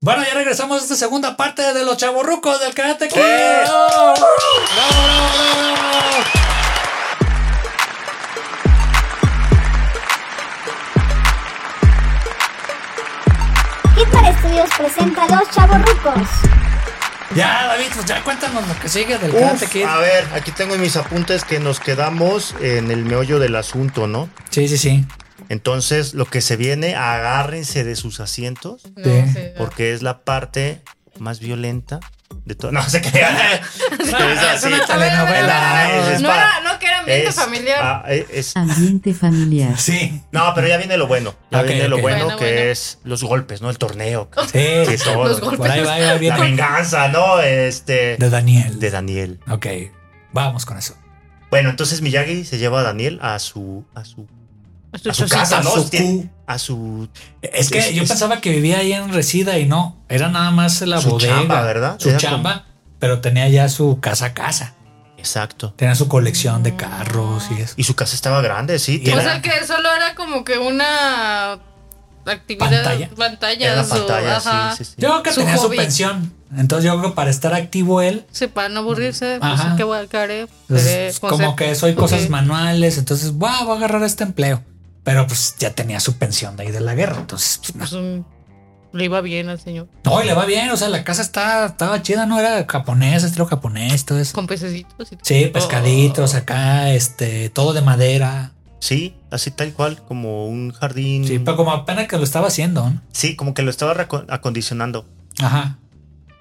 Bueno, ya regresamos a esta segunda parte de los chavorrucos del Karate Kid. ¡Bravo! Hit para Estudios presenta Los Chavorrucos. Ya, David, pues ya cuéntanos lo que sigue del Karate Uf, ah. Kid. a ver, aquí tengo en mis apuntes que nos quedamos en el meollo del asunto, ¿no? Sí, sí, sí. Entonces, lo que se viene, agárrense de sus asientos, No, Sí. sí, no. porque es la parte más violenta de todo. No, se crean. Es Es así. una telenovela. Es No para- era- no que era ambiente es- familiar. ah, es- Ambiente familiar. Sí. no, pero ya viene lo bueno. Ya Ok, viene lo ok. bueno, Bueno, que bueno. es los golpes, ¿no? El torneo. Sí. Sí, todo. Los golpes. Por ahí va, ahí va, La viene. venganza, ¿no? Este. De Daniel. De Daniel. Ok, vamos con eso. Bueno, entonces Miyagi se lleva a Daniel a su. a su. a su chocita. casa, ¿no? su cu. A su. Es que Es- yo es- pensaba que vivía ahí en Resida y no, era nada más la Su bodega, chamba, ¿verdad? Su Era chamba, pero tenía ya su casa a casa, Exacto. tenía su colección de carros y eso. Y su casa estaba grande, sí. O tiene- O sea que solo era como que una actividad. Pantalla. Pantalla. Era la o- pantalla, sí, ajá. sí, sí. Yo creo que Su tenía su hobby. pensión, entonces yo creo que para estar activo él, Sí, para no aburrirse. Ajá. Pues, ¿qué voy a- qué haré? pues, Haré como cosas. que soy cosas Ok. manuales, entonces "Buah, voy a agarrar este empleo, pero pues ya tenía su pensión de ahí de la guerra, entonces pues, no. Pues, mm, le iba bien al señor. No, y le va bien, o sea, la casa está, estaba chida, no era japonés, estilo japonés, todo eso. Con pececitos y todo. Sí, pescaditos eh. acá, este, todo de madera. Sí, así tal cual, como un jardín. Sí, pero como apenas que lo estaba haciendo, ¿no? Sí, como que lo estaba reco- acondicionando. Ajá.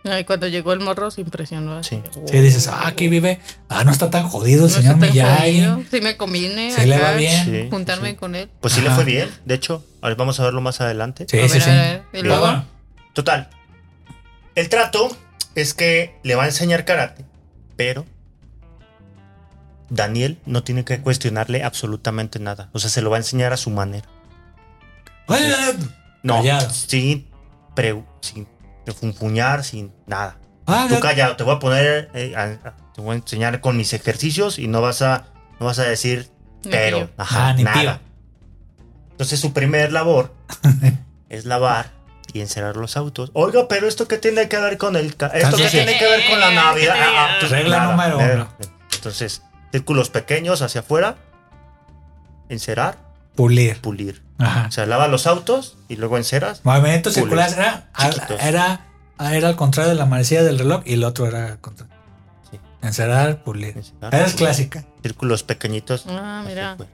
Ay, cuando llegó el morro se impresionó. así. Sí. Sí, dices, ah, aquí vive. Ah, no está tan jodido el No señor está tan Miyagi. jodido. Sí, me conviene. Sí, le va acá bien. Sí, Juntarme sí. con él. Pues sí le Ajá. fue bien, de hecho. A ver, vamos a verlo más adelante. Sí, A ver, sí, sí. a ver, y Pero luego- bueno, Total. El trato es que le va a enseñar karate, pero Daniel no tiene que cuestionarle absolutamente nada. O sea, se lo va a enseñar a su manera. Oigan, No, Callado. sin, pre- sin refunfuñar, sin nada. Tú oigan. callado, te voy a poner, eh, a- a- te voy a enseñar con mis ejercicios y no vas a, no vas a decir Ni pero, pío. ajá, Ah, ni nada. Entonces su primer labor es lavar y encerrar los autos. Oiga, pero esto qué tiene que ver con el ca- esto qué Entonces- tiene que ver con la Eh, Navidad. eh, Ah, ah, pues, Regla número eh, uno. Entonces, círculos pequeños hacia afuera, encerar, pulir. pulir. Ajá. O sea, lava los autos y luego enceras. Movimientos Pulir. circulares era, Chiquitos. era, era al contrario de la manecilla del reloj y el otro era al contrario. Sí. Encerrar, pulir. encerar, Era pulir. clásica. Círculos pequeñitos. Ah, hacia mira. afuera.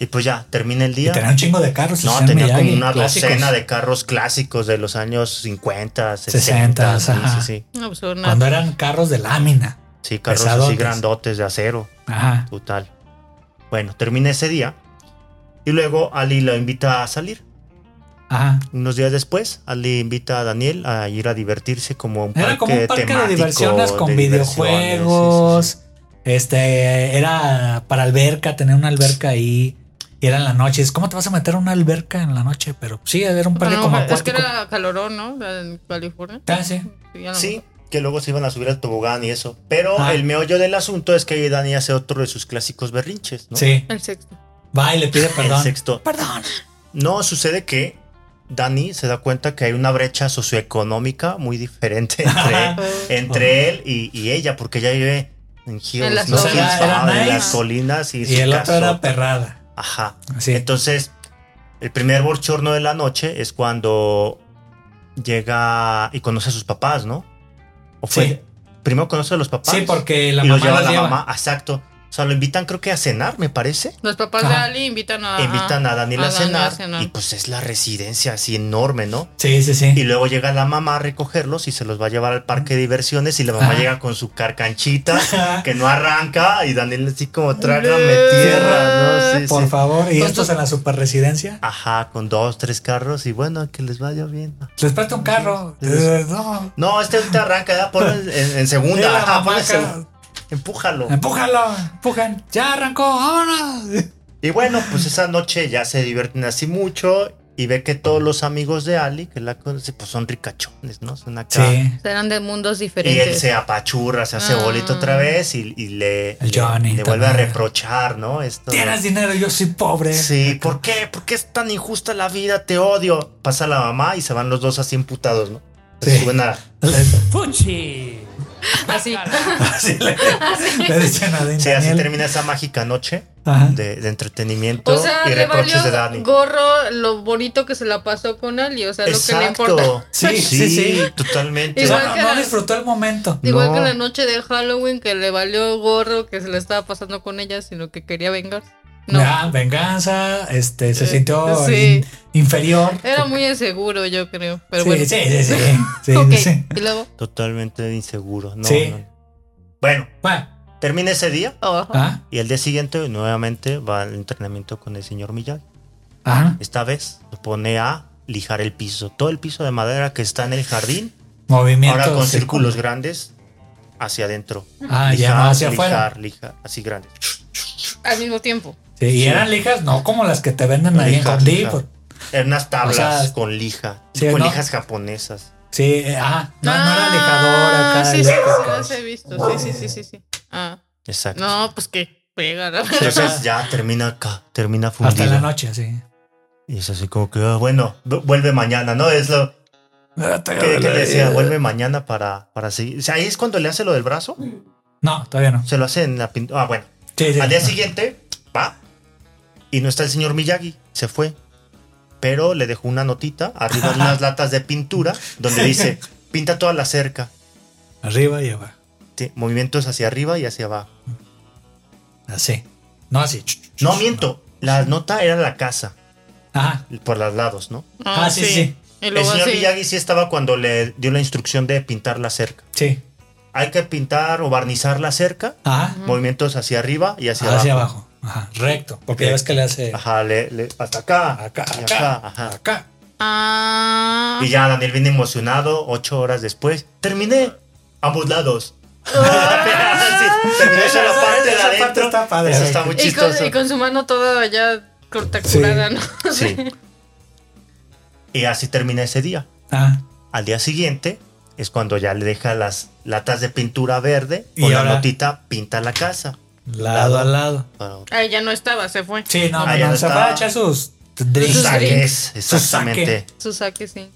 Y pues ya, termina el Y día. tenía un chingo de carros. el No, señor tenía Miyagi, como una clásicos. docena de carros clásicos de los años 50, 60, 60. sí, ajá. sí, sí. No, pues una- Cuando eran carros de lámina. Sí, carros así Pesadotes. grandotes de acero, Ajá. total. Bueno, termina ese día y luego Ali lo invita a salir. Ajá. Unos días después, Ali invita a Daniel a ir a divertirse como a un Era parque como un parque temático de diversiones con de diversiones, videojuegos. sí, sí, Este era para alberca, tener una alberca ahí. Y era en la noche. Es, ¿Cómo te vas a meter a una alberca en la noche? Pero sí, era un parque No, como es que acuático. era calorón, ¿no? En California. Ah, sí. Sí, a lo sí. Sí, que luego se iban a subir al tobogán y eso. Pero Ah. el meollo del asunto es que Dani hace otro de sus clásicos berrinches, ¿no? Sí. El sexto. Va y le pide El perdón. sexto. Perdón. No, sucede que Dani se da cuenta que hay una brecha socioeconómica muy diferente entre, entre él y, y ella, porque ella vive en Hills, En las ¿no? colinas. Hills, ah, Era en las nice. colinas y, Y su el otro era casota. perrada. Ajá. Sí. Entonces, el primer borchorno de la noche es cuando llega y conoce a sus papás, ¿no? O fue. Sí. Primero conoce a los papás. Sí, porque la y lo mamá lleva los la lleva. mamá, exacto. O sea, lo invitan creo que a cenar, me parece Los papás Ajá. de Ali invitan a. invitan a Daniel a, Dani cenar, cenar. y pues es la residencia así enorme, ¿no? Sí, sí, sí. Y luego llega la mamá a recogerlos y se los va a llevar al parque de diversiones y la mamá Ajá. llega con su carcanchita Ajá. que no arranca y Daniel así como trágame No. tierra, ¿no? Sí, Por sí. favor. Y Con estos tu- en la superresidencia. Ajá, con dos, tres carros y bueno, que les vaya bien. Les presta un carro. Eh, Sí, sí. No. No, este ahorita arranca, ya ponlo en, en- en Y la segunda, ajá, mamá ponlo en acá. seg- empújalo. Empújalo. Empujan. Ya arrancó. Vámonos. Y bueno, pues esa noche ya se divierten así mucho y ve que todos los amigos de Ali, que la conoce, pues son ricachones, ¿no? Son acá. Sí. Serán de mundos Y diferentes. él se apachurra, se hace Ah. bolito otra vez y, y le, El le- Johnny le vuelve a también. reprochar, ¿no? Esto de- Tienes dinero, yo soy pobre. Sí, ¿por qué? ¿Por qué es tan injusta la vida? Te odio. Pasa la mamá y se van los dos así imputados, ¿no? Se Sí. suben a- ¡Fuchi! Así. Así le, le dicen a Dean Sí, así Daniel. Ah. termina esa mágica noche Ajá. de, de entretenimiento O sea, y le reproches valió de Dani. gorro lo bonito que se la pasó con Ali. O sea, lo que le importa. Sí, Sí, sí, sí, sí. totalmente. O sea, Igual no, que no la- disfrutó el momento. Igual No. que la noche de Halloween que le valió gorro que se la estaba pasando con ella, sino que quería vengar. No. Ah, venganza, este, se Eh, sintió sí. in- inferior. Era muy inseguro, yo creo. Pero sí, bueno. sí, sí, sí, sí, Ok, sí. Y luego. Totalmente inseguro. No, Sí. no. Bueno, Bueno, termina ese día abajo. ah, y el día siguiente nuevamente va al entrenamiento con el señor Millán. ajá, Esta vez se pone a lijar el piso, todo el piso de madera que está en el jardín, movimiento. ahora con sí. círculos grandes hacia adentro. Ah, ya no hacia afuera. Lijar, lijar, así grande. Al mismo tiempo. Sí, y eran lijas, no como las que te venden ahí en Lija, Home lija. Depot. En unas tablas O sea, con lija, sí, con ¿no? lijas japonesas. Sí, eh, ajá, no, no era Ah, lijador acá. Sí, sí, sí, sí, eléctrica. las he visto. Sí, sí, sí, sí. sí. Ah. Exacto. No, pues que pega, la verdad. Entonces ya termina acá, termina Hasta la fundido. noche, sí. Y es así como que, ah, bueno, vu- vuelve mañana, ¿no? Es lo que, que le decía, vuelve mañana para, para seguir. O sea, ahí es cuando le hace lo del brazo. No, todavía no. Se lo hace en la pintura. Ah, bueno. Sí, sí. Al día siguiente, va. Y no está el señor Miyagi, se fue. Pero le dejó una notita arriba de unas latas de pintura donde dice, pinta toda la cerca. Arriba y abajo. Sí, movimientos hacia arriba y hacia abajo. Así. No así. No miento, la nota era la casa, Ajá. por los lados, ¿no? Ah, sí, sí. Y El luego señor así. Miyagi sí estaba cuando le dio la instrucción de pintar la cerca. Sí. Hay que pintar o barnizar la cerca, Ajá. movimientos hacia arriba y hacia, Hacia abajo. abajo. Ajá. Recto. Porque ya ves que le hace. Ajá, le, le- hasta acá, Acá, y acá, ajá. Acá. Ah. Y ya Daniel viene emocionado, ocho horas después. Terminé ambos lados. Ah. Sí, terminé Esa- esa la parte de esa parte adentro. está padre. Eso está muy Y con, chistoso. y con su mano toda ya cortacurada, Sí. ¿no? Sí. Y así termina ese día. Ah. Al día siguiente es cuando ya le deja las latas de pintura verde Y con la ahora- notita pinta la casa. Lado a lado. Bueno, Ahí ya no estaba, se fue. Sí, no, Ah, no, ya no. no Se está. va a echar sus drinks. Sus drinks. saques, exactamente. Su saque, sí.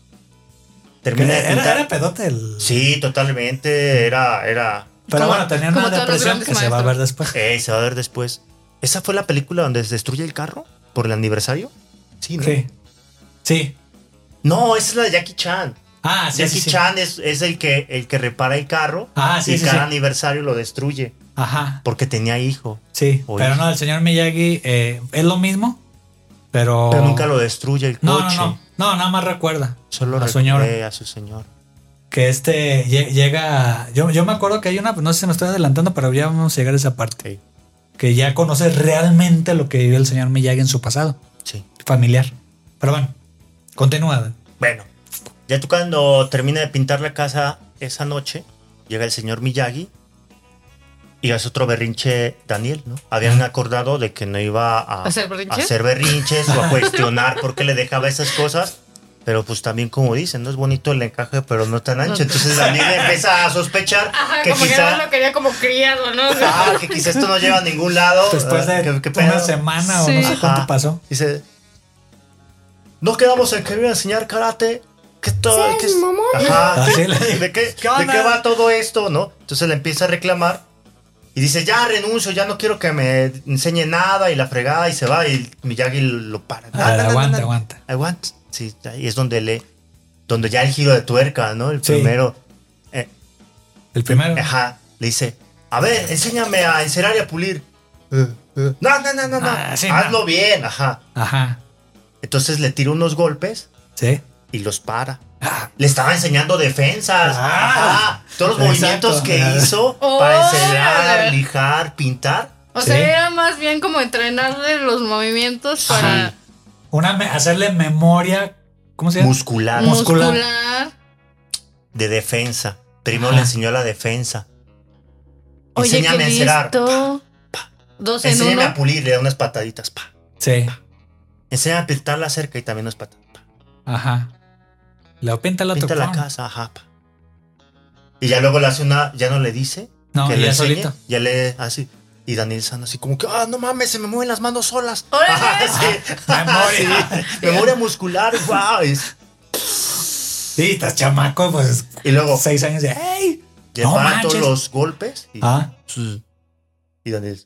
Termina de Era, pintar. era, era pedote el. Sí, totalmente. Era, era. Pero Como- bueno, tenía como una todos los depresión grandes que se va a maestros. ver después. Ey, se va a ver después. ¿Esa fue la película donde se destruye el carro? ¿Por el aniversario? Sí, ¿no? Sí. Sí. No, esa es la de Jackie Chan. Ah, sí, Jackie sí. sí. Chan es, es el, que, el que repara el carro Ah, sí, y sí, cada sí. aniversario lo destruye Ajá. porque tenía hijo. Sí. Oye. Pero no, el señor Miyagi eh, es lo mismo, pero. Pero nunca lo destruye el Oh. No, no, coche. no. No, nada más recuerda. Solo A a su señora. a su señor. Que este lle- llega. Yo, yo me acuerdo que hay una. No sé si me estoy adelantando, pero ya vamos a llegar a esa parte. Sí. Que ya conoce realmente lo que vivió el señor Miyagi en su pasado Sí. familiar. Pero bueno, continúa. Bueno, ya tú cuando termina de pintar la casa esa noche, llega el señor Miyagi y hace otro berrinche Daniel, ¿no? Habían acordado de que no iba a ¿A hacer berrinches? a hacer berrinches o a cuestionar por qué le dejaba esas cosas. Pero pues también como dicen, no es bonito el encaje, pero no tan ancho. Entonces Daniel empieza a sospechar Ajá, que como que quizá... nada más lo quería como criado, ¿no? O sea, Ah, que quizá esto no lleva a ningún lado. Después de Ah, ¿qué- qué una pedo? semana o Sí. no sé cuánto Ajá. pasó. Dice, nos quedamos en que me iba a enseñar karate. ¿Qué todo? Seas ¿Qué es- mamón. Ajá. Así le- ¿De qué, ¿Qué de onda? qué va todo esto, no? Entonces le empieza a reclamar y dice, ya renuncio, ya no quiero que me enseñe nada y la fregada y se va y Miyagi lo para. A ver, aguanta, aguanta. Aguanta. Sí, ahí es donde le, donde ya el giro de tuerca, ¿no? El Sí. primero. eh, El primero. Ajá, le dice, a ver, enséñame a encerar y a pulir. Eh, eh. No, no, no, no, no. Ah, sí, Hazlo bien, ajá. Ajá. Entonces le tira unos golpes Sí. y los para. Ah, Le estaba enseñando defensas. Ah. ajá, todos los Exacto. movimientos que hizo Oh, para encerar, órale. lijar, pintar. o Sí. sea, era más bien como entrenarle los movimientos para una me- hacerle memoria. ¿Cómo se llama? Muscular. Muscular. muscular. de defensa. Primero Ajá. le enseñó la defensa. Oye, Enséñame qué a encerar. listo. Dos en Enséñame uno. a pulir, le da unas pataditas. pa. sí. Enséñame a pintar la cerca y también unas pataditas. Ajá. Le pinta la Pinta la casa, ajá. pa. Y ya luego le hace una, ya no le dice, No, que Ah, y le ya enseñe, solito. ya le así. Y Daniel San así como que, ah, no mames, se me mueven las manos solas. ¡Órale! Ajá, sí. Memoria. Sí. Memoria muscular, wow. Sí, estás chamaco, pues Y luego seis años de "Ah, ¡Ey! No llevan todos manches. los golpes. Y, Ah, y Daniel,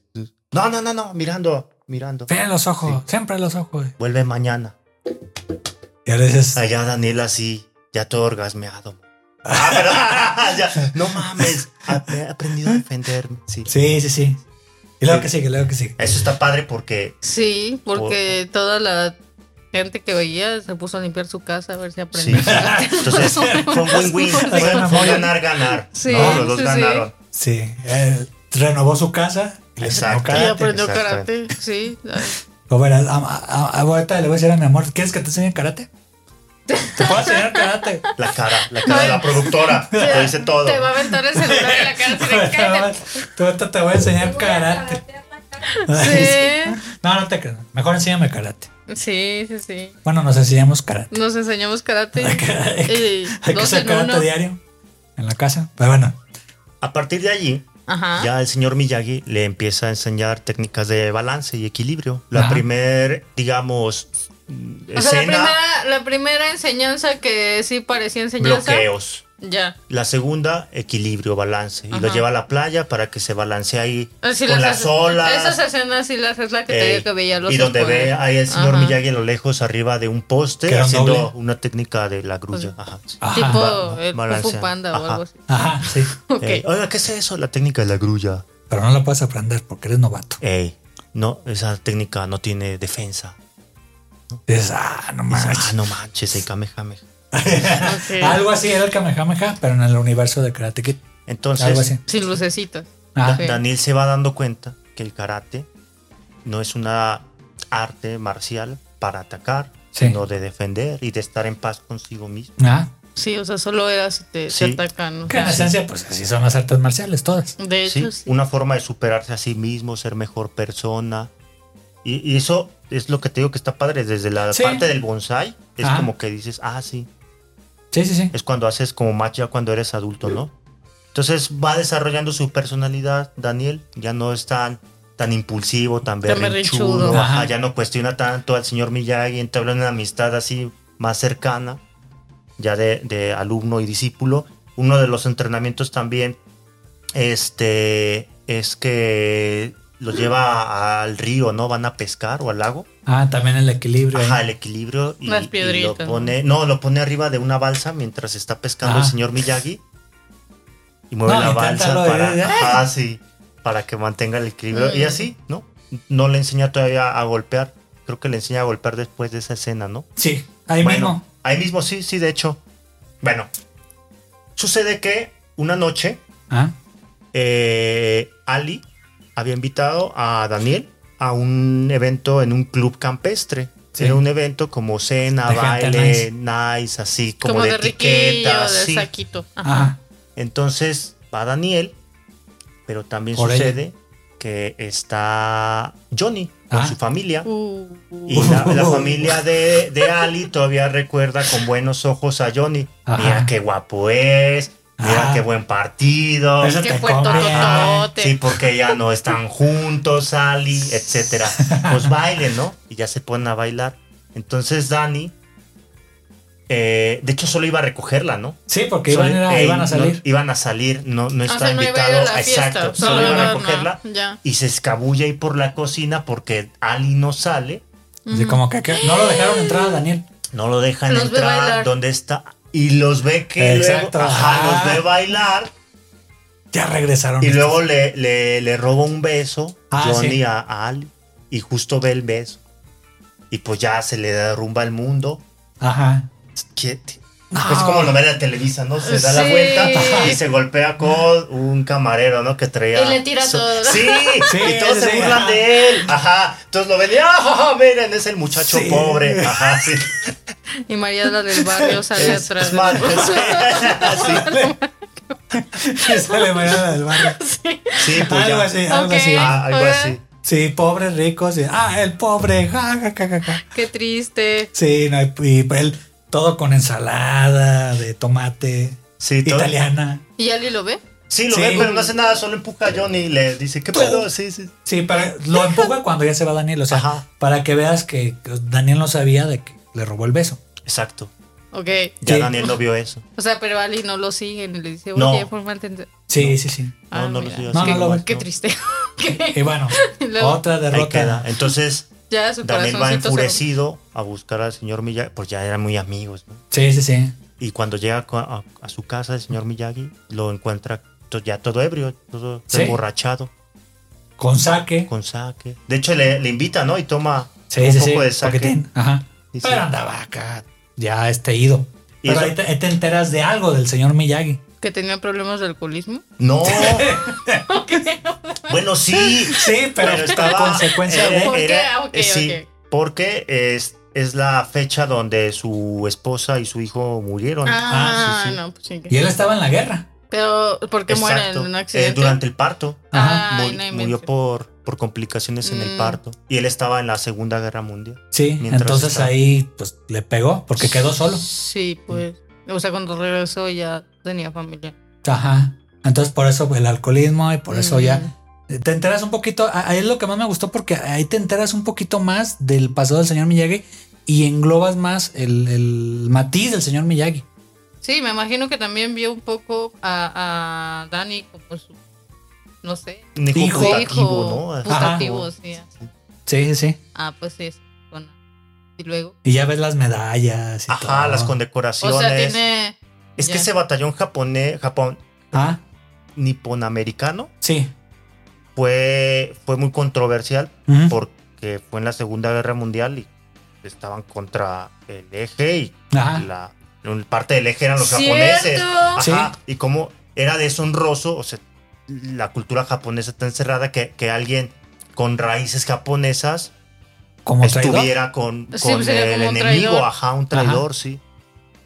no, no, no, no, mirando, mirando. fea los ojos, siempre los ojos. Vuelve mañana. Y ahora dices, Allá Daniel así, ya todo orgasmeado. Ah, pero- ya, no mames, he aprendido a defenderme. Sí. sí, sí, sí. Y luego que sigue, luego que sigue. Eso está padre porque Sí, porque toda la gente que veía se puso a limpiar su casa a ver si Sí. aprendía. Entonces fue un win-win. Más o Fue, menos. fue ganar, ganar. Sí, ¿no? Los dos sí, sí. ganaron. Sí, él renovó su casa. y le enseñó Ah, Exacto. Y karate. aprendió Exactamente. karate, sí. Ah, O verás, a- a- a- ahorita le voy a decir a mi amor, ¿quieres que te enseñe karate? Te puedo enseñar karate. La cara, la cara de la productora. Lo dice todo. Te va a aventar el celular en la cara así de cállate. Tú ahorita te voy a enseñar karate. Sí, No, no te creas. Mejor enséñame karate. sí, sí, sí. Bueno, nos enseñamos karate. Nos enseñamos karate. Hay que, hay que- y hay que dos hacer en uno. karate diario en la casa. Pero bueno, A partir de allí, Ajá. ya el señor Miyagi le empieza a enseñar técnicas de balance y equilibrio. La Ajá. primer, digamos, O sea, la escena, primera, la primera enseñanza que sí parecía enseñanza. bloqueos. Ya. La segunda, equilibrio, balance. Y lo Ajá. lleva a la playa para que se balancee ahí Así con las las haces- olas. Esas escenas sí las es la que te Ey, digo que veía los Eh, y donde escuadrones. ve ahí el señor Ajá. Miyagi a lo lejos arriba de un Que poste era un haciendo doble. una técnica de la grulla. Ajá. ajá. Tipo Ba- el Kung balancean. Fu Panda o Ajá. algo así. Ajá, sí. Ok. Ey, Eh, oiga, ¿qué es eso? La técnica de la grulla. Pero no la puedes aprender porque eres novato. Ey, no, esa técnica no tiene defensa. Dices, ah, no Dice, manches. ah, no manches, el kamehameha. Ok. Algo así era el Kamehameha, pero en el universo de Karate Kid. Algo así. Entonces, Sin lucecitas. Ah, Sí. Daniel se va dando cuenta que el karate no es una arte marcial para atacar, Sí. sino de defender y de estar en paz consigo mismo. ah. Sí, o sea, solo era si te, te Sí. atacan. o Que en sea, esencia, pues así son las artes marciales, todas. de hecho, Sí, sí. una forma de superarse a sí mismo, ser mejor persona. Y, y eso es lo que te digo que está padre. Desde la Sí. parte del bonsai, es Ajá. como que dices, ah, sí. Sí, sí, sí. Es cuando haces como match ya cuando eres adulto, ¿no? Entonces va desarrollando su personalidad, Daniel. Ya no es tan, tan impulsivo, tan Tan berrinchudo. berrinchudo. ajá, Ajá. ya no cuestiona tanto al señor Miyagi. Entabla una amistad así más cercana, ya de, de alumno y discípulo. Uno de los entrenamientos también este, es que los lleva al río, ¿no? Van a pescar o al lago. Ah, también el equilibrio. ahí. Ajá, el equilibrio y, Las y lo piedritas, ¿no? pone, no, lo pone arriba de una balsa mientras está pescando el Ah. señor Miyagi y mueve No, la balsa inténtalo, para, eh, eh. ajá, sí, para que mantenga el equilibrio Mm. y así, ¿no? No le enseña todavía a golpear, creo que le enseña a golpear después de esa escena, ¿no? Sí, ahí Bueno, mismo. Ahí mismo, sí, sí, de hecho. Bueno, sucede que una noche Ah, eh, Ali había invitado a Daniel a un evento en un club campestre. Sí. Era un evento como cena, De gente baile, nice. así, como, de, etiqueta, riquillo, de así. saquito. Ajá. ajá. Entonces va Daniel, pero también Por sucede que está Johnny con Ah. su familia. Uh, uh. Y la, la familia de, de Ali todavía recuerda con buenos ojos a Johnny. Ajá. Mira qué guapo es, mira Ajá. qué buen partido. Eso Qué te puerto come. Ajá, totote. sí, porque ya no están juntos, Ali, etcétera. Pues bailen, ¿no? Y ya se ponen a bailar. Entonces Dani, eh, de hecho solo iba a recogerla, ¿no? Sí, porque Solo- iban, a- eh, iban a no- salir. iban a salir, no, no O está sea, no iba a ir invitado. a la fiesta. Exacto, solo iba a no, recogerla. no, ya. Y se escabulle ahí por la cocina porque Ali no sale, Así como que, que no lo dejaron entrar a Daniel. no lo dejan Los ve entrar, bailar. ¿dónde está? Y los ve que Exacto, luego, ajá, ajá. los ve bailar Ya regresaron. Y luego le, le, le roba un beso Ah, Johnny sí. a, a Ali. Y justo ve el beso. Y pues ya se le derrumba el mundo. Ajá. Que- Es como novela de Televisa, ¿no? Se da la Sí. vuelta y se golpea con un camarero, ¿no? Que traía. Y le tira todo, ¿no? Sí, Sí, y todos sí, se sí, burlan ajá. de él. Ajá. Entonces lo ven y, ¡ah! Miren, es el muchacho Sí. pobre. Ajá, sí. Y María la del barrio sale Es, atrás. es mal. Sí, Esa le va a dar al barrio. sí, pues Algo ya. así, algo Ok. así. Ah, algo Ahora- así. Sí, pobres ricos. sí. Ah, el pobre. Ja, ja, ja, ja, ja. Qué triste. Sí, no, y y él Todo con ensalada de tomate Sí, todo- italiana. ¿Y ya Ali lo ve? Sí, lo Sí. ve, pero no hace nada, solo empuja a Johnny y le dice, ¿qué pedo? Sí, sí. Sí, para, lo empuja cuando ya se va Daniel. O sea, Ajá. para que veas que que Daniel no sabía de que le robó el beso. Exacto. Ok. Ya Sí. Daniel no vio eso. O sea, pero Ali no lo sigue y le dice, oye, No. por malentender- Sí, sí, sí. Ah, no lo mira. sigue No, así no lo nomás, ve. Qué triste. Y bueno, Y luego- otra Ahí derrota. queda. Entonces, ya su Daniel va corazoncito se rompe. enfurecido a buscar al señor Miyagi, pues ya eran muy amigos. ¿no? Sí, sí, sí. Y cuando llega co- a, a su casa el señor Miyagi, lo encuentra to- ya todo ebrio, todo Sí. emborrachado, Con saque. con sake. De hecho, le, le invita, ¿no? Y toma Sí, un sí, poco sí, de sake. poquitín, Ajá. Sí, sí. Pero andaba acá, ya este ido. Y Pero eso- ahí te, ahí te enteras de algo del señor Miyagi. Que tenía problemas de alcoholismo. No. bueno, sí. Sí, pero, Pero está estaba- consecuencia era- de. ¿Por qué? era- Ah, ok, eh, sí, ok. porque es, es la fecha donde su esposa y su hijo murieron. Ah, Ah, sí, sí. no, pues sí. que- Y él estaba en la guerra. Pero, ¿por qué muere en Exacto. un Eh, accidente? durante el parto. Ajá. Ay, Mur- no murió inventes. por, por complicaciones en el Mm. parto. Y él estaba en la Segunda Guerra Mundial. Sí, Mientras entonces estaba- ahí pues le pegó porque quedó solo. Sí, pues. O sea, cuando regresó ya tenía familia. Ajá. Entonces por eso el alcoholismo y por eso Mm. ya te enteras un poquito. a- Ahí es lo que más me gustó porque ahí te enteras un poquito más del pasado del señor Miyagi y englobas más el, el matiz del señor Miyagi. Sí, me imagino que también vio un poco a, a Dani como su. No sé. Un Hijo. hijo putativo, hijo ¿no? putativo, Ajá. sí. Sí, sí, sí. Ah, pues sí. es con- Y luego. Y ya ves las medallas. Y Ajá, todo. las condecoraciones. O sea, tiene. es que ya. ese batallón japonés, Japón Ah, niponamericano sí. fue, fue muy controversial Ujú. porque fue en la Segunda Guerra Mundial y estaban contra el eje y Ajá. la un- parte del eje eran los japoneses. Ah. ¡Cierto! Ajá, y cómo era deshonroso, o sea, la cultura japonesa está encerrada que, que alguien con raíces japonesas Como traidor. estuviera con, Sí, con pues sería el como un enemigo, traidor. ajá, un traidor, sí.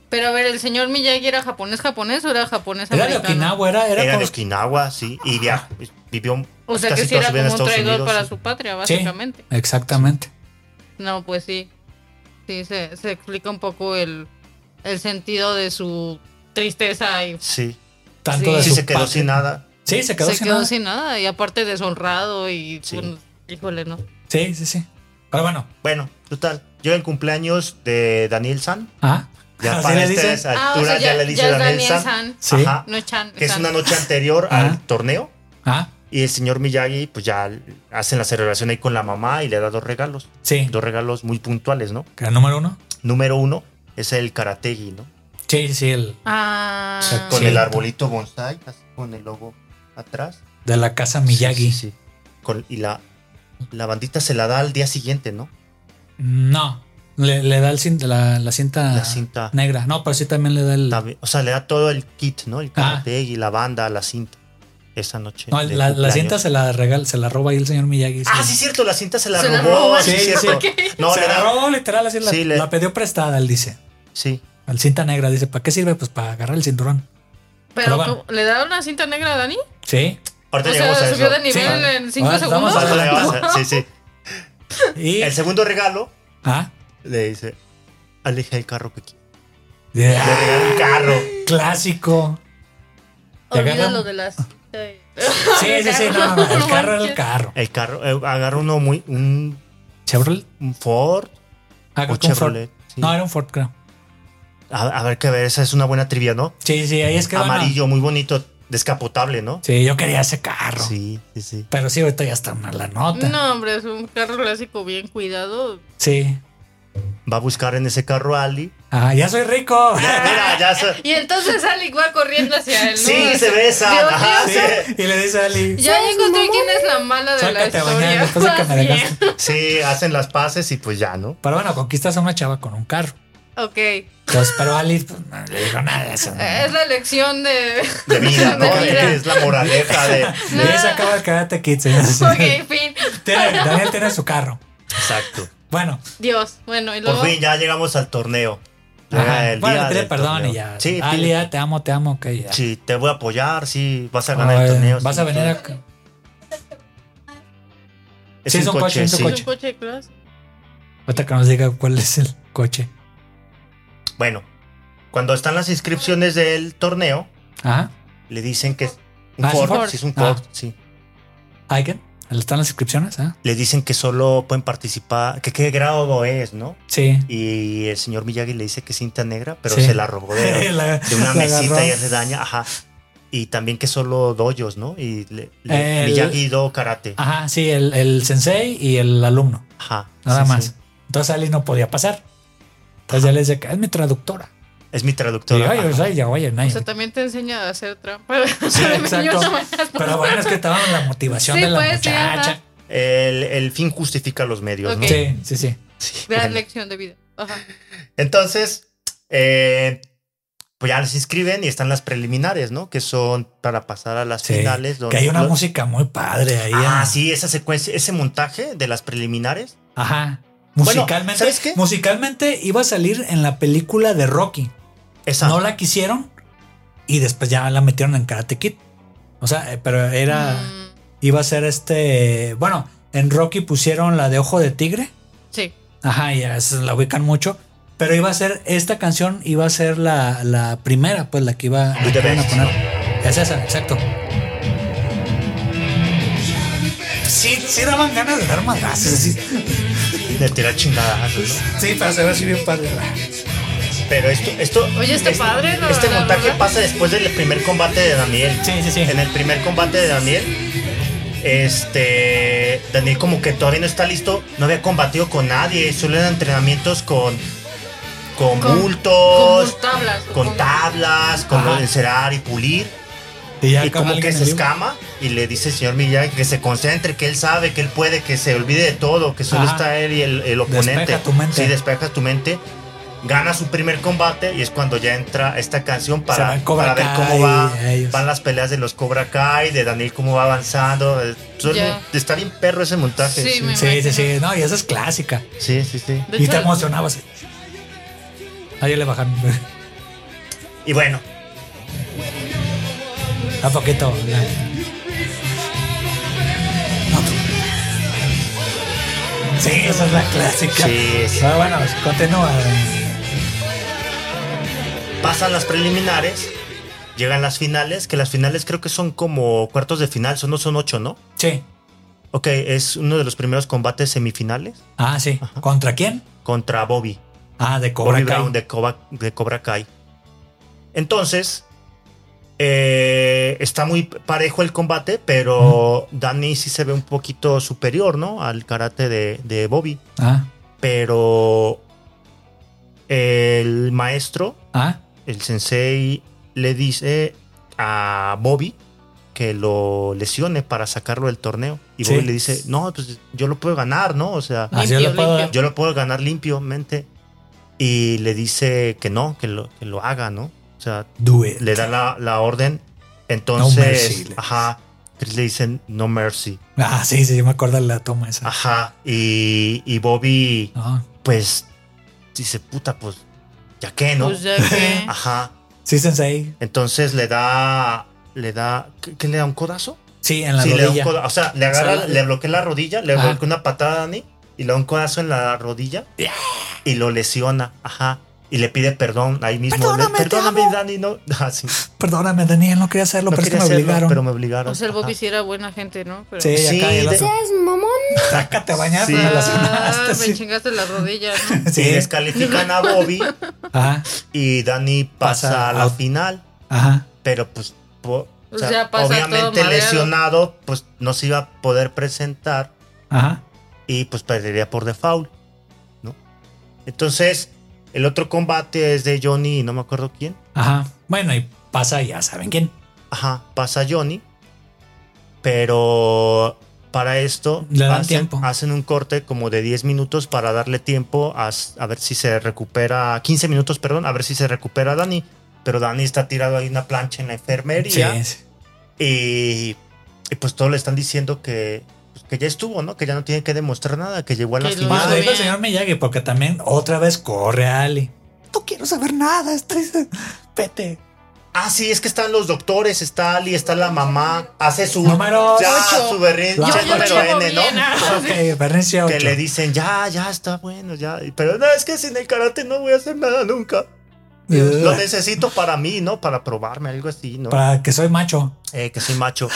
Pero a ver, ¿el señor Miyagi era japonés japonés o era japonés Era de americano? Okinawa, era, era, Era de como- Okinawa, sí, y via- vivió O sea, que casi sí era toda su vida en como un Estados traidor Unidos. para sí. su patria, básicamente. Exactamente. No, pues sí. Sí, se, se explica un poco el, el sentido de su tristeza y Sí, Tanto Sí. de sí su se quedó patria. sin nada. Sí, se quedó se sin quedó nada. sin nada. Y aparte deshonrado y... Sí. bueno, híjole, ¿no? Sí, sí, sí. Pero bueno, Bueno, total, llega el cumpleaños de Daniel San. ah, Ya Así para este le estas dicen. alturas Ah, o sea, ya, ya- le dice ya es Daniel, Daniel San. San. Sí. Ajá, No Chan. que es San. una noche anterior al Ajá. torneo. ah, Y el señor Miyagi, pues ya hacen la celebración ahí con la mamá y le da dos regalos. sí. Dos regalos muy puntuales, ¿no? Que era número uno. Número uno es el karategi, ¿no? Sí, sí, el Ah, sea, Con Sí. el arbolito bonsai, así con el logo atrás. de la casa Miyagi. Sí, sí, sí. Con- y la, la bandita se la da al día siguiente, ¿no? No, le, le da el cin- la, la cinta, La cinta. negra. Ah. No, pero sí también le da el. También- o sea, le da todo el kit, ¿no? El Ah. karategi, la banda, la cinta. Esa noche. no, de la, la cumpleaños. cinta se la regala, se la roba ahí el señor Miyagi. Ah, sí, cierto, la cinta se la Se la robó. roba. sí, Sí, cierto. sí. No, se le la da- robó literal, así la, Sí, le- la pidió prestada, él dice. Sí. La cinta negra, dice, ¿para qué sirve? Pues para agarrar el cinturón. pero bueno. ¿cómo- ¿le da una cinta negra a Dani? Sí. Ahorita O llegamos sea, a subió eso. de nivel Sí. en 5 Ahora estamos segundos. a- Ahorita llegamos a- Sí, sí. Y. El segundo regalo Ah, le dice, aleja el carro que quieras. de- ah, Le regala el carro. clásico. Te Olvida agarran. lo de la cinta. eh, y- Sí, sí, sí, no, no, no, el carro era el carro. El carro, eh, agarra uno muy, un, Chevrolet. un Ford Ah, o creo que un Ford. Chevrolet. sí. No, era un Ford, creo. a, a ver, que ver, esa es una buena trivia, ¿no? Sí, sí, ahí es que. bueno, Amarillo, muy bonito, descapotable, ¿no? sí, yo quería ese carro. Sí, sí, sí. Pero sí, ahorita ya está mal la nota. No, hombre, es un carro clásico bien cuidado. Sí. Va a buscar en ese carro a Ali. Ah, ya soy rico. Ya, mira, ya se... Y entonces Ali va corriendo hacia él. ¿no? Sí, se besan. Dios ajá, mío, sí. Y le dice a Ali. Ya encontré quién es la mala de Sácate la a bañar historia. después de que me Así es. dejaste. Sí, hacen las paces y pues ya, ¿no? Pero bueno, conquistas a una chava con un carro. Ok, eh, Entonces, pero Ali pues, no le dijo nada de eso. ¿no? es la lección de... De vida, ¿no? De vida. Es la moraleja de... Y ahí se acaba el karate kid. señores. Ah. Ok, fin. Tiene- Daniel tiene su carro. Exacto. Bueno, Dios, bueno, y Por luego... fin ya llegamos al torneo. Llega ajá. Ah, el bueno, día le pide del perdón torneo. y ya. Sí, Ali, pide- ya te amo, te amo. ok, ya. Sí, te voy a apoyar, sí, vas a Ah, ganar el torneo. Vas sí, a venir sí. a. Sí, es un coche, es un Es un coche. coche de clase. Ahorita que nos diga cuál es el coche. Bueno, cuando están las inscripciones del torneo, Ajá. le dicen que es un Ah, es un fort, fort. sí, es un Ah. fort, sí. Icon. Están las inscripciones, ¿ah? Le dicen que solo pueden participar, que qué grado es, ¿no? Sí. Y el señor Miyagi le dice que es cinta negra, pero Sí. se la robó de, La- de una la mesita agarró. y hace daña, ajá. Y también que solo doyos, ¿no? Y le, le- El- Ah, Miyagi do karate, Ajá, sí, el, el sensei y el alumno, ajá. nada Sí, más. sí. Entonces Ali no podía pasar. Entonces ya le decía que es mi traductora. Es mi Y, traductora. "Ay, ajá. o sea, ya, oye, O nadie". sea, también te enseña a hacer trampa. Sí, exacto. No manejas por- Pero bueno, es que estaba en la motivación Sí, de la pues, sí, ajá. muchacha. El, el fin justifica los medios, Ok. ¿no? Sí, sí, sí. Sí, Gran bueno. lección de vida. Ajá. Entonces, eh, pues ya se inscriben y están las preliminares, ¿no? Que son para pasar a las Sí, finales. Que donde- hay una lo- música muy padre ahí. ¿eh? Ah, en- sí, esa secuencia, ese montaje de las preliminares. Ajá. Bueno, Musicalmente, ¿sabes qué? musicalmente iba a salir en la película de Rocky. Esa. No la quisieron y después ya la metieron en Karate Kid. O sea, eh, pero era Mm, iba a ser este, bueno, en Rocky pusieron la de Ojo de Tigre. sí. Ajá, y esa la ubican mucho, pero iba a ser esta canción iba a ser la, la primera, pues la que iba la Be que the iban a best. poner. Es esa, exacto. Sí, sí daban ganas de dar madrazos. Sí, de tirar chingadas, ¿no? sí, pero se ve así bien padre. Pero esto, esto. Oye, está este- padre, ¿no? Este La montaje verdad. pasa después del primer combate de Daniel. Sí, sí, sí. En el primer combate de Daniel, este. Daniel, como que todavía no está listo, no había combatido con nadie, solo eran entrenamientos con. Con, Con- bultos, con tablas. o con tablas, con Ajá. encerar y pulir. Y ya y con como que alguien se en vivo. escama y le dice el señor Miyagi que se concentre, que él sabe, que él puede, que se olvide de todo, que solo Ajá. está él y el, el oponente. Despeja tu mente. Sí, despeja tu mente. Gana su primer combate y es cuando ya entra esta canción Se va para, el Cobra para ver Kai, cómo va, ellos. van las peleas de los Cobra Kai, de Daniel cómo va avanzando. Entonces, Ya. Está bien perro ese montaje. Sí, me- Sí, sí, sí, no, y esa es clásica. sí, sí, sí. De y hecho, te emocionabas. Ah, ya le bajaron. Y bueno, A poquito. ya. Sí, esa es la clásica. Sí, sí. Pero bueno, pues, continúa. pasan las preliminares, llegan las finales, que las finales creo que son como cuartos de final, son, no son ocho, ¿no? Sí. Ok, es uno de los primeros combates semifinales Ah, sí. ¿Contra quién? contra Bobby. Ah, de Bobby Cobra Kai. Brown de Cobra, de Cobra Kai. Entonces, eh, está muy parejo el combate, pero Danny sí se ve un poquito superior, ¿no? Al karate de, de Bobby. Ah, Pero el maestro, ah, el sensei, le dice a Bobby que lo lesione para sacarlo del torneo. Y Sí. Ah, Bobby le dice, no, pues yo lo puedo ganar, ¿no? O sea, así yo lo Limpio, puedo. limpio. yo lo puedo ganar limpiamente. Y le dice que no, que lo, que lo haga, ¿no? O sea, Do it. le da la, la orden. No mercy, Entonces, le ajá, le dicen no mercy. Ah, sí, sí, yo me acuerdo de la toma Ah. esa. Ajá. Y, y Bobby, Ah, pues, dice, puta, pues, ya qué, ¿no? Pues ya que. Ajá. sí, Sensei. Entonces le da, le da, ¿qué, qué le da? ¿Un codazo? Sí, en la sí, le da un rodilla. codazo. O sea, le agarra, O sea, le bloquea la rodilla, le Ajá. bloquea una patada a Dani y le da un codazo en la rodilla y lo lesiona. Ajá. Y le pide perdón ahí mismo. Le- Perdóname, te perdóname, amo". Dani. No, Ah, sí. Perdóname, Daniel, no quería hacerlo, No pero es que quería me hacerlo, obligaron. pero me obligaron. O sea, el Ajá. Bobby sí era buena gente, ¿no? Pero- Sí, Sí, acá y el de- otro, ¿Seas mamón? Sácate a bañar, Sí. me la Ah, sonaste, me sí. chingaste las rodillas, ¿no? Y descalifican a Bobby Ajá, y Dani pasa, Pasa a la a- final. ajá. Pero pues, po- o O sea, sea, pasa todo obviamente mareado. lesionado, pues no se iba a poder presentar. Ajá. y pues perdería por default, ¿no? Entonces, el otro combate es de Johnny y no me acuerdo quién. Ajá. Bueno, y pasa, ya saben quién. Ajá, pasa Johnny, pero para esto Le dan hacen, tiempo. hacen un corte como de 10 minutos para darle tiempo a, s- a ver si se recupera, 15 minutos, perdón, a ver si se recupera Dani. Pero Dani está tirado ahí en una plancha en la enfermería Sí, sí. y, y, pues todos le están diciendo que, pues, que ya estuvo, ¿no? Que ya no tiene que demostrar nada, que llegó a la Que lo final. Bueno, hizo de ahí el bien. señor Miyagi, porque también otra vez corre a Ali. No quiero saber nada, estoy. Vete. Ah, sí, es que están los doctores, está Ali, está la mamá, hace su Número ya, ocho. su berrin- Yo- ya yo número llevo N, ¿no? bien, ah. Ok, Bernicia Que 8. le dicen, ya, ya está bueno, ya. Pero no, es que sin el karate no voy a hacer nada nunca. Lo necesito para mí, ¿no? Para probarme, algo así, ¿no? Eh. Para que soy macho. Eh, que soy macho.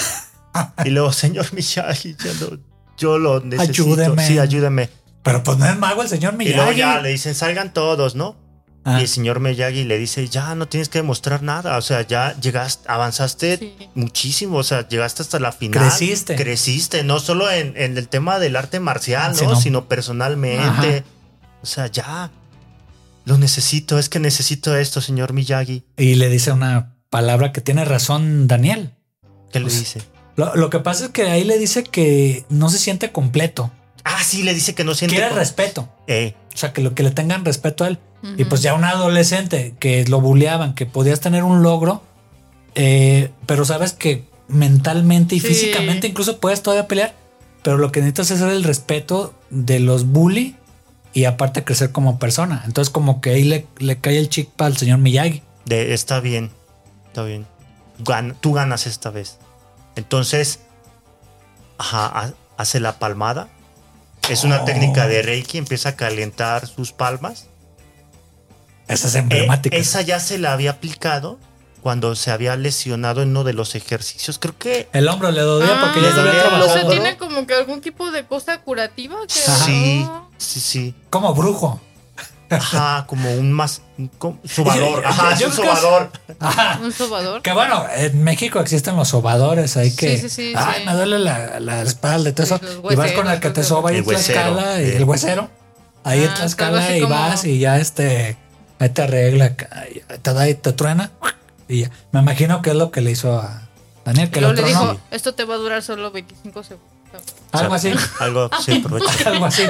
y luego, señor Miyagi, ya no- yo lo necesito. Ayúdeme. Sí, ayúdeme. Pero pues no es mago el señor Y luego Miyagi. ya le dicen, salgan todos, ¿no? Ah, Y el señor Miyagi le dice, ya no tienes que demostrar nada. O sea, ya llegaste, avanzaste Sí. muchísimo. O sea, llegaste hasta la final. Creciste. Creciste, no solo en, en el tema del arte marcial, ¿no? Sino- Sino personalmente. Ajá. O sea, ya. Lo necesito, es que necesito esto, señor Miyagi. y le dice una palabra que tiene razón Daniel. ¿Qué le Pues- dice? Lo, lo que pasa es que ahí le dice que no se siente completo. Ah, sí, le dice que no siente. Quiere con- respeto. Eh, O sea, que lo que le tengan respeto a él. Y Ujú. pues ya un adolescente que lo buleaban, que podías tener un logro, eh, pero sabes que mentalmente y Sí. físicamente incluso puedes todavía pelear, pero lo que necesitas es el respeto de los bully y aparte crecer como persona. Entonces como que ahí le, le cae el chip al señor Miyagi. de, está bien, está bien. Gan- tú ganas esta vez. Entonces, ajá, ha- hace la palmada. Es una Oh. técnica de Reiki, empieza a calentar sus palmas. Esa es Eh, emblemática. esa ya se la había aplicado cuando se había lesionado en uno de los ejercicios. Creo que El hombro le dolía Ah, porque ya se había le dolía el O sea, trabajado hombro. tiene como que algún tipo de cosa curativa que Ajá. sí, no? sí, sí. como brujo. Ajá, como un más. como- su valor. Ajá, Yo es un su creo que es- valor. Ajá. un sobador. Que bueno, en México existen los sobadores, hay que. Sí, sí, sí, Ay, sí. me duele la, la espalda y todo Sí, eso. los y vas con hueseros, el que te los soba ahí en El huesero, Tlaxcala, y eh. el huesero. Ahí en Ah, algo Tlaxcala así y como- vas y ya este. Ahí te arregla, ahí te da y te truena. Y ya. Me imagino que es lo que le hizo a Daniel, que Luego lo le tronó. dijo, esto te va a durar solo 25 segundos. Algo O sea, así. Algo, sí, aprovecha. Algo así.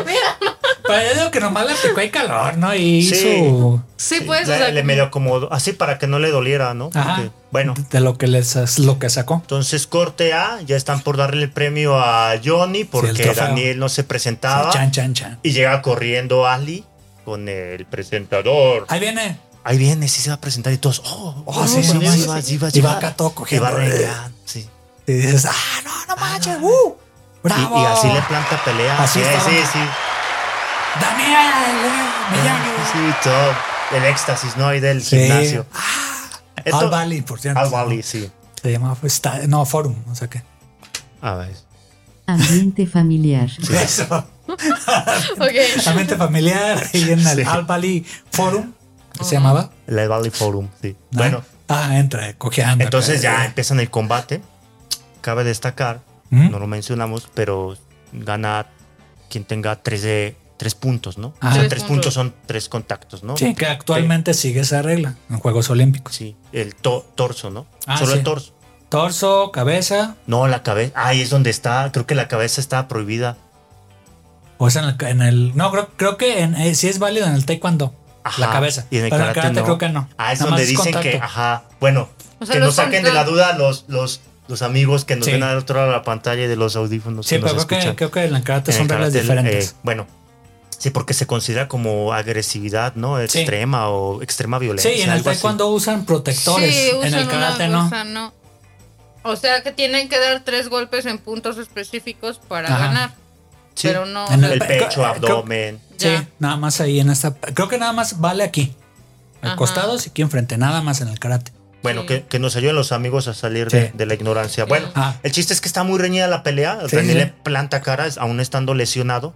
Pero yo digo que nomás le picó el calor, ¿no? Y Sí. hizo Sí, pues, o le, sea, le medio acomodo, así para que no le doliera, ¿no? Ajá. Porque, bueno, de lo que les lo que sacó. entonces corte A, ya están por darle el premio a Johnny porque Sí, el trofeo. Daniel no se presentaba Chan, chan, chan. y llega corriendo Ali con el presentador. Ahí viene. Ahí viene, sí se va a presentar y todos, oh, Oh, no, sí, sí, iba, sí, iba, sí. iba, Y va iba. acá todo cogiendo. Iba rengueando, sí. Y dices, ah, no, no manches, uh, Y, bravo. y así le planta pelea. Así sí, estaba. sí, sí. Daniel, eh, Miyagi. Ah, Sí, todo. El éxtasis, ¿no? Y del Sí. Ah, gimnasio. Esto- Al Valley, por cierto. Al Valley, sí. Se llamaba, pues, sta- no, Forum, o sea que. A ver. Ambiente familiar. Eso. ok. La mente familiar y en el Sí. Al Valley Forum, que se llamaba. El Valley Forum, sí. ¿no? Bueno, Ah, entra, cojeando. Entonces acá. ya empiezan el combate. Cabe destacar, ¿Mm? no lo mencionamos, pero gana quien tenga tres, de, tres puntos, ¿no? Ajá. O sea, Tres tres puntos puntos. son tres contactos, ¿no? Sí, que actualmente sigue esa regla en Juegos Olímpicos. Sí, el to- torso, ¿no? Ah, Solo sí. el torso. Torso, cabeza, No, la cabeza. Ahí es donde está. Creo que la cabeza está prohibida. o sea, en el. en el- no, creo, creo que en, eh, sí es válido en el Taekwondo. Ajá. La cabeza. Y en el Pero karate, no. creo que no. Ah, es Nada donde más dicen que, contacto. ajá, bueno, O sea, que los nos saquen de la contactos. duda los, los, los amigos que nos Sí. ven al otro lado de la pantalla y de los audífonos. Sí, que nos pero creo que, escuchan. creo que en el karate son en el reglas karate, diferentes. eh, bueno, sí, porque se considera como agresividad, ¿no? Sí. Extrema o extrema violencia. sí, en el algo así. taekwondo usan protectores, Sí, en usan el una karate no. bolsa, no. O sea que tienen que dar tres golpes en puntos específicos para Ajá. ganar. Sí. Pero no. En El pecho, eh, Creo- abdomen. Sí, Ya. nada más ahí en esta. Creo que nada más vale aquí. Al Ajá. costados y aquí enfrente, nada más en el karate. Bueno, Sí. que, que nos ayuden los amigos a salir Sí. de, de la ignorancia. Bueno, Ah, el chiste es que está muy reñida la pelea. Sí, René sí. le planta cara, aún estando lesionado.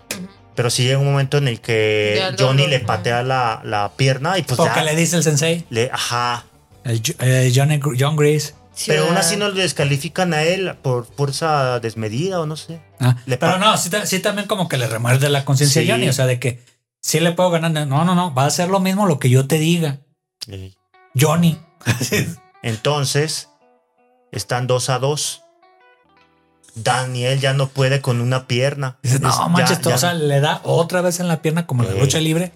Pero sí llega un momento en el que Ya lo- Johnny lo- le patea la, la pierna y pues porque ya le dice el sensei, le- ajá. el, Ju- eh, Johnny Gr- John Grease. Pero aún una así no lo descalifican a él por fuerza desmedida o no sé. Ah, Le pero pa- no, sí, ta- sí también como que le remuerde la conciencia Sí. a Johnny, o sea, de que sí le puedo ganar. No, no, no, va a ser lo mismo lo que yo te diga, Eh, Johnny. Entonces, están dos a dos. Daniel ya no puede con una pierna. Dices, Es- no ya- manches, todo", ya- o sea, le da otra vez en la pierna como en la Sí. lucha libre.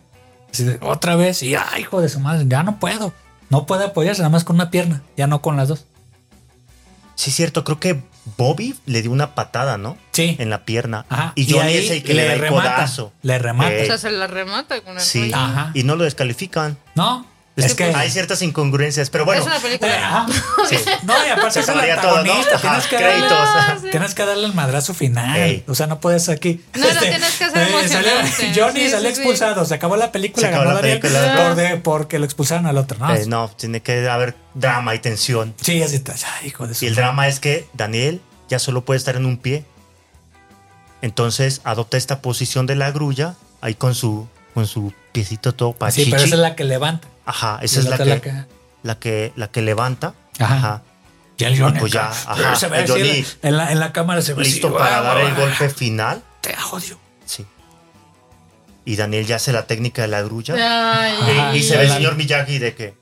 Así de, otra vez, y ay, hijo de su madre, ya no puedo. No puede apoyarse nada más con una pierna, ya no con las dos. Sí, es cierto, creo que Bobby le dio una patada, ¿no? Sí. En la pierna. Ajá. Y Johnny ahí es el que le, da el codazo. Le remata. O Eh. sea, se la remata con el Sí. Ah, cuello. Ajá. Y no lo descalifican. No, Es que- hay ciertas incongruencias, pero bueno. es una película. Ajá. sí. No, y aparte es Se el acabaría todo, ¿no? antagonista, Ajá, tienes que créditos. Ah, sí. Tienes que darle el madrazo final. Ey. O sea, no puedes aquí. No, lo tienes que hacer salió- emocionante. Johnny Sí, salió sí, sí. expulsado. Se acabó la película. Se acabó ganó la Daniel película. por de- porque lo expulsaron al otro. No. Eh, no, tiene que haber drama y tensión. Sí, así está. Ay, hijo de su- Y el drama es que Daniel ya solo puede estar en un pie. Entonces adopta esta posición de la grulla, ahí con su, con su piecito todo Ah, Sí, pachichi. pero esa es la que levanta. Ajá, Y esa es el la otro que, es la que, la que, levanta. Ajá. Ajá. Y el Johnny. Pues ya, acá. ajá, Se ve el así Johnny en la- en, la, en la cámara se ve así, Listo guau, para dar guau, el guau. golpe final. Te odio. Sí. Y Daniel ya hace la técnica de la grulla. Ay, Ajá. y se ya ve el la- señor Miyagi de que,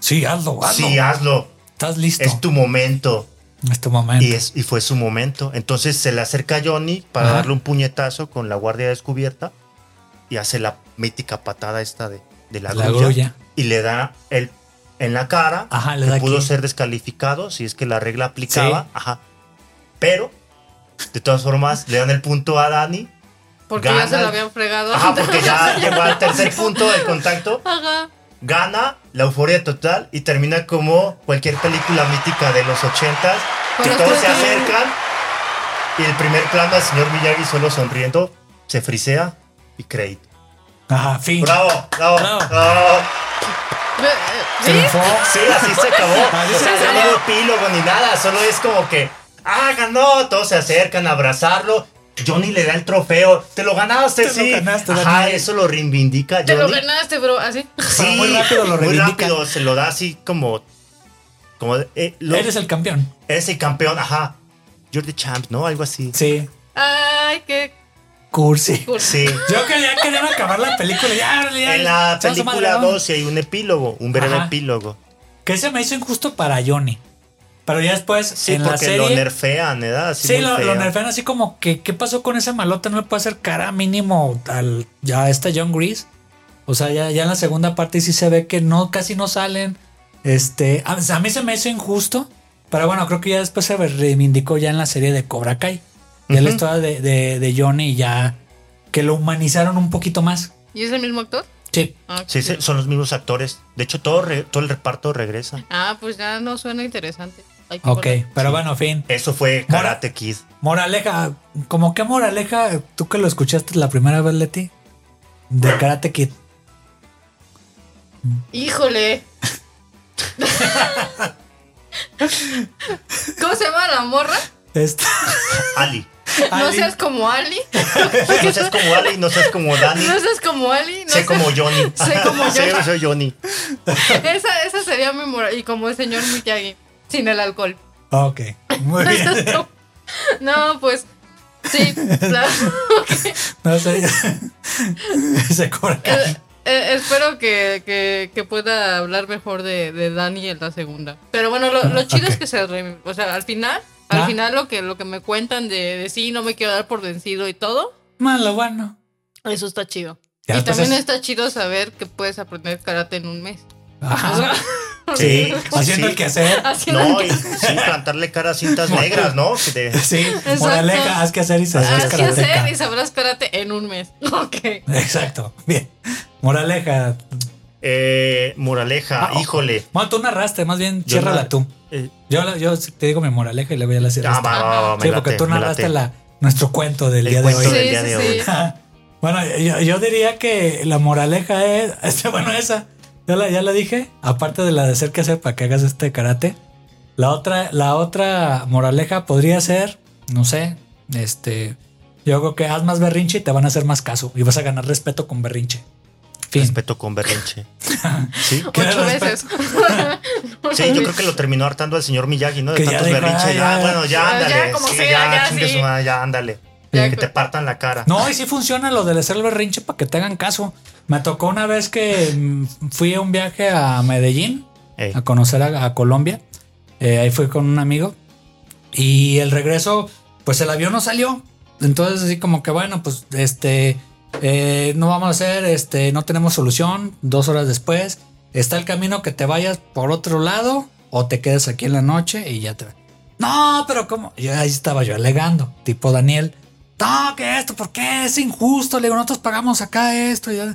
Sí, hazlo, hazlo. sí, hazlo, Estás listo. es tu momento. En este momento. Y, es, y fue su momento. Entonces se le acerca a Johnny para Ajá. darle un puñetazo con la guardia descubierta y hace la mítica patada esta de, de la, La grulla, grulla. Ah, Y le da el, en la cara. Ajá, le que da pudo aquí. ser descalificado si es que la regla aplicaba. Ajá. Pero, de todas formas, le dan el punto a Dani. porque ya se Gana. lo habían fregado. Ajá, pues, porque ya llegó al tercer punto del contacto. Ajá. Gana la euforia total y termina como cualquier película mítica de los ochentas que Pero todos es se que- acercan y el primer plano al señor Miyagi solo sonriendo, se frisea y crédito. Ajá, fin. ¡Bravo! ¡Bravo! Bravo. bravo. Ve- eh, Se ¿sí? rifó. Sí, así se acabó. Así O sea, se ya no acabó. hubo epílogo ni nada, solo es como que, ¡ah, ganó! Todos se acercan a abrazarlo. Johnny le da el trofeo. Te lo ganaste, Te lo sí. ganaste, Ajá, Daniel. eso lo reivindica Te lo Johnny. ganaste, bro. Así. Sí, Pero muy rápido lo muy reivindica. rápido, se lo da así como. como eh, lo- Eres el campeón. eres el campeón, ajá. You're the champ, ¿no? Algo así. Sí. Ay, qué Cursi. cool. Sí. Yo quería que deben acabar la película. Ya, ya, En la ya, su madre, película ¿no? 12 hay un epílogo, un breve Ajá. epílogo. Que se me hizo injusto para Johnny. Pero ya después, Sí, en la porque serie. lo nerfean, ¿verdad? Así sí, muy lo, lo fea. nerfean así como que, ¿qué pasó con esa malota? No le puede hacer cara mínimo al, ya a esta John Grease. O sea, ya, ya en la segunda parte sí se ve que no, casi no salen. Este, a, a mí se me hizo injusto. Pero bueno, creo que ya después se reivindicó ya en la serie de Cobra Kai. Ya la Ujú. historia de, de, de Johnny ya que lo humanizaron un poquito más. ¿Y es el mismo actor? Sí. Ah, Sí, sí, son los mismos actores. De hecho, todo, re- todo el reparto regresa. Ah, pues ya no suena interesante. Ay, qué Ok, bueno. pero bueno, fin. Eso fue Mora- Karate Kid. Moraleja, como que moraleja, tú que lo escuchaste la primera vez, Leti, de Karate Kid. Híjole. ¿Cómo se llama la morra? Este, Ali. No Ali, seas como Ali. No seas como Ali, no seas como Dani. No seas como Ali. No sé seas- como Johnny. Sé como Sí, Johnny. soy Johnny. Esa, esa sería mi moral. Y como el señor Miyagi, sin el alcohol. Ok, muy bien. No, pues. Sí. la- No sé. Se cobra. eh, eh, espero que, que- que pueda hablar mejor de, de Dani en la segunda. Pero bueno, lo, Mm, lo chido es ok. que se. re- o sea, al final. Al Ah. final lo que, lo que me cuentan de, de sí, no me quiero dar por vencido y todo, Malo, bueno. eso está chido. Ya y después también es- está chido saber que puedes aprender karate en un mes. O Ajá. sea, Ah. Sí, Haciendo sí. el quehacer. haciendo No, que- y sí, plantarle cara a cintas negras, ¿no? Que te- Sí, moraleja, haz quehacer y sabrás Haz que hacer y karateca. sabrás karate en un mes. Ok. Exacto, bien. Moraleja. Eh, moraleja, Ah, híjole. Bueno, tú narraste, más bien, Yo ciérrala no- tú. Eh, Yo, la- yo te digo mi moraleja y le voy a la cierra. ah, va, va, va, me Sí, porque late, tú me narraste late. la, nuestro cuento del El día de cuento hoy. del Sí, día sí, de sí. hoy. Bueno, yo, yo diría que la moraleja es. este, bueno, esa. Ya la, ya la dije. Aparte de la de hacer que hacer para que hagas este karate. La otra, la otra moraleja podría ser, no sé, este. Yo creo que haz más berrinche y te van a hacer más caso. Y vas a ganar respeto con berrinche. Fin. Respeto con berrinche. Sí. Que Ocho respeto. veces. Sí, yo creo que lo terminó hartando al señor Miyagi, ¿no? De Que ya tantos dijo, berrinches. "Ah, ya, ya". bueno, ya Ya, ándale. ya, como sí, sea, ya, ya, chingue sí. su madre, ya ándale. Ya, que co- te partan la cara. No, y sí funciona lo del hacer el berrinche para que te hagan caso. Me tocó una vez que mm, fui a un viaje a Medellín. Ey. a conocer a, a Colombia. Eh, ahí fui con un amigo. Y el regreso, pues el avión no salió. Entonces, así como que bueno, pues este eh, no vamos a hacer, este no tenemos solución. Dos horas después está el camino que te vayas por otro lado o te quedes aquí en la noche y ya te No, pero como ahí estaba yo alegando, tipo Daniel. No, que esto, ¿por qué? Es injusto. Le digo, nosotros pagamos acá esto. Y ya.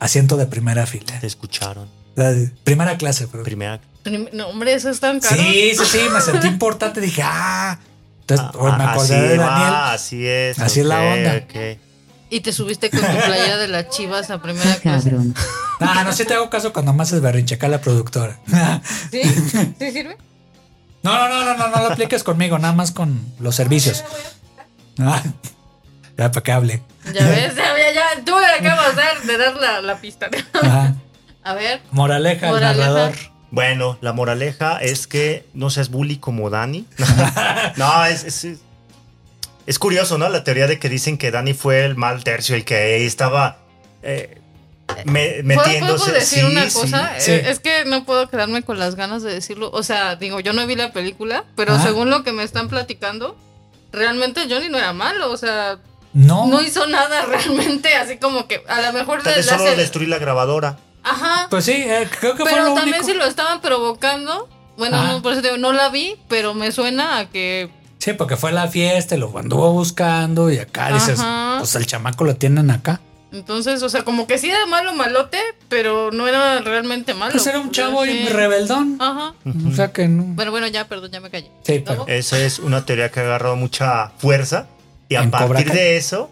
Asiento de primera fila. Te escucharon. La de primera clase, pero. Primera. Prim- No, hombre, eso es tan caro. Sí, sí, sí, me sentí importante. Dije, ah. Entonces, hoy me Ah, acordé de va, Daniel. así es. Así es la ok, onda. ok. Y te subiste con tu playera de las chivas a primera clase. Cabrón. Ah, no, sí te hago caso cuando más es berrinche, acá la productora. No, ¿Sí? ¿Sí sirve? no, no, no, no, no lo apliques conmigo, nada más con los servicios. Ah, ya para que hable. Ya ves, ya, ya, ya. Tú le acabas de dar, de dar la, la pista. Ajá. A ver. Ah, Moraleja, el Moraleja. narrador. Bueno, la moraleja es que no seas bully como Dani. no, es, es, es curioso, ¿no? La teoría de que dicen que Dani fue el mal tercio, el que estaba eh, me- ¿Puedo, metiéndose. puedo decir Sí, una sí. cosa? sí. Eh, Es que no puedo quedarme con las ganas de decirlo. O sea, digo, yo no vi la película, pero Ajá. según lo que me están platicando, realmente Johnny no era malo. O sea, No, no hizo nada realmente, así como que a lo mejor Tal le- vez le solo hace- destruir la grabadora. Ajá, pues sí, eh, creo que fue pero lo también único. si lo estaban provocando. Bueno, Ajá. no, por eso te digo, no la vi, pero me suena a que Sí, porque fue la fiesta y lo anduvo buscando y acá dices, Ajá. pues el chamaco lo tienen acá. Entonces, o sea, como que sí era malo malote, pero no era realmente malo. Pues era un chavo Sí. y rebeldón. Ajá. O sea que no. Pero Ah. bueno, ya, perdón, ya me callé. Sí, pero- Esa es una teoría que ha agarrado mucha fuerza. Y a En Cobra partir Kai. de eso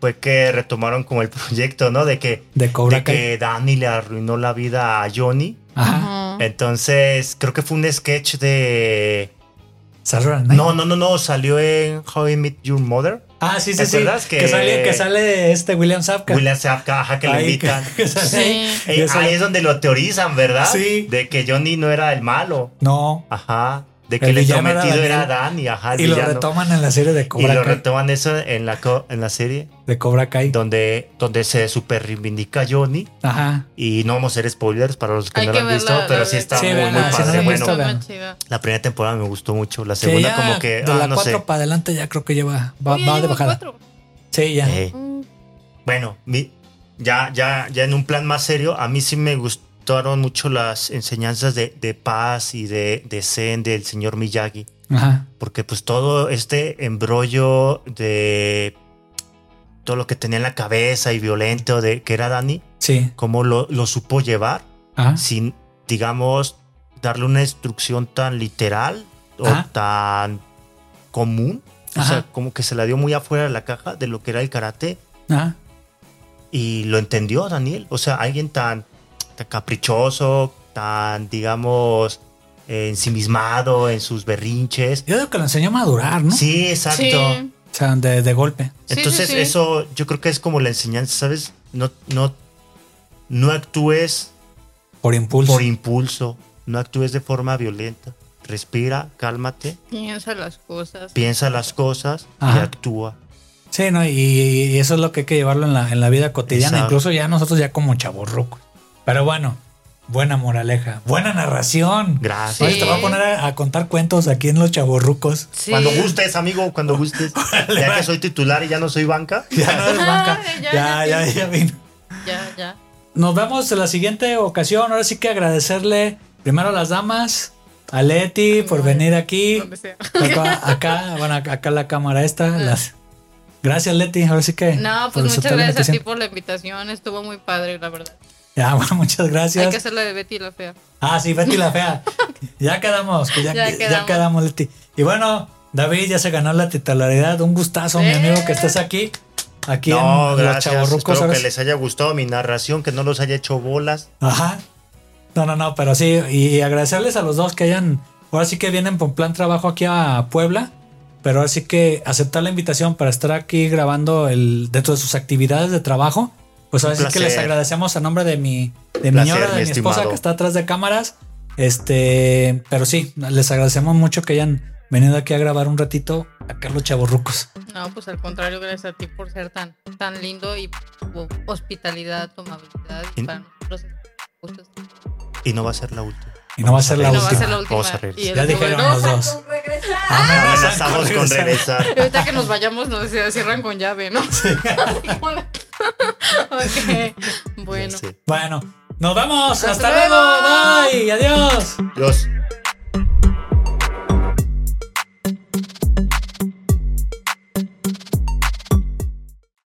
fue que retomaron como el proyecto, ¿no? De que, De Cobra de Kai. que Dani le arruinó la vida a Johnny. Ajá. Entonces, creo que fue un sketch de. Saturday Night. No, no, no, no. Salió en How I Met Your Mother. Ah, sí, sí, ¿Te sí. acuerdas Que... que- sale, que sale este William Zapka. William Zapka, ajá, que le Ahí, invitan. que sale ahí. Sí. Eh, Que sale- ahí es donde lo teorizan, ¿verdad? Sí. De que Johnny no era el malo. No. Ajá. De que El el, villano era prometido era Daniel. Dani, ajá. el Y lo villano. retoman en la serie de Y lo Cobra Kai. retoman eso en la, co- en la serie De Cobra Kai. donde, donde se super reivindica Johnny. Ajá. Y no vamos a hacer spoilers para los que Hay no que lo han verla, visto, la pero sí verdad. está Sí, muy, véanla, si muy no la padre. han bueno, visto, Está vean. más chida. la primera temporada me gustó mucho. La Que segunda, ya como que. de ah, la no 4 sé. para adelante ya creo que ya va, va, Oye, va de llevo bajada. cuatro. Sí, ya. Eh, Mm. Bueno, mi- ya, ya, ya en un plan más serio, a mí sí me gustaron mucho las enseñanzas de, de paz y de, de zen del señor Miyagi, Ajá. porque pues todo este embrollo de todo lo que tenía en la cabeza y violento de que era Dani, Sí. Ah, cómo lo, lo supo llevar Ajá. sin, digamos, darle una instrucción tan literal o Ajá. tan común. O sea, Ajá. como que se la dio muy afuera de la caja de lo que era el karate. Ajá. Y lo entendió Daniel. O sea, alguien tan, tan caprichoso, tan, digamos, eh, ensimismado en sus berrinches. Yo digo que lo enseñó a madurar, ¿no? Sí, exacto. Sí. O sea, de, de golpe. Sí, sí, Entonces, sí. eso yo creo que es como la enseñanza, ¿sabes? No, no, no actúes Por impulso. por impulso, no actúes de forma violenta. Respira, cálmate, Piensa las cosas. piensa las cosas y Ajá. actúa. sí, ¿no? Y, y eso es lo que hay que llevarlo en la, en la vida cotidiana. Exacto. Incluso ya nosotros ya como chaborrucos. Pero bueno, buena moraleja. Buena narración. Sí. Gracias. Oye, te voy a poner a, a contar cuentos aquí en los chaborrucos. Sí. Cuando gustes, amigo, cuando gustes. ya que soy titular y ya no soy banca. Ya no es Ay, banca. ya, Ya, ya ya, sí. ya vino. Ya, ya. Nos vemos en la siguiente ocasión. Ahora sí que agradecerle primero a las damas, a Leti por venir aquí. eh, Donde sea. Ah. Acá, acá, bueno, acá la cámara esta. las- Gracias, Leti. Ahora sí que. No, por pues muchas aceptar la gracias a ti invitación. por la invitación. Estuvo muy padre, la verdad. Ya, bueno, muchas Hay que gracias. hacer la de Betty la fea. Ah, sí, Betty la fea. ya quedamos, que ya, Ya ya quedamos. quedamos. Leti. Y bueno, David ya se ganó la titularidad. Un gustazo, mi Eh. amigo, que estés aquí. Aquí en No, los gracias. chavorrucos. Espero ahora que sí. les haya gustado mi narración, que no los haya hecho bolas. Ajá. No, no, no, pero sí, y agradecerles a los dos que hayan, ahora sí que vienen por plan trabajo aquí a Puebla, pero ahora sí que aceptar la invitación para estar aquí grabando el, dentro de sus actividades de trabajo, pues ahora sí que placer. les agradecemos a nombre de mi, de mi Placer, ñora, de mi mi esposa estimado. que está atrás de cámaras, este, pero sí, les agradecemos mucho que hayan venido aquí a grabar un ratito a Carlos Chavorrucos. No, pues al contrario, gracias a ti por ser tan, tan lindo y tu hospitalidad, tu amabilidad. Y Y- para nosotros es un gusto. Y no va a ser la última. Y no va a ser la Y no va a última. ser la última. Vamos a regresar. Y el Ya otro, dijeron "No, los dos. Amenazamos con regresar. Y ahorita que nos vayamos, nos se cierran con llave, ¿no? ok. Bueno. Sí. Bueno, nos vemos. Hasta, Hasta luego. luego. Bye. Adiós. Dios.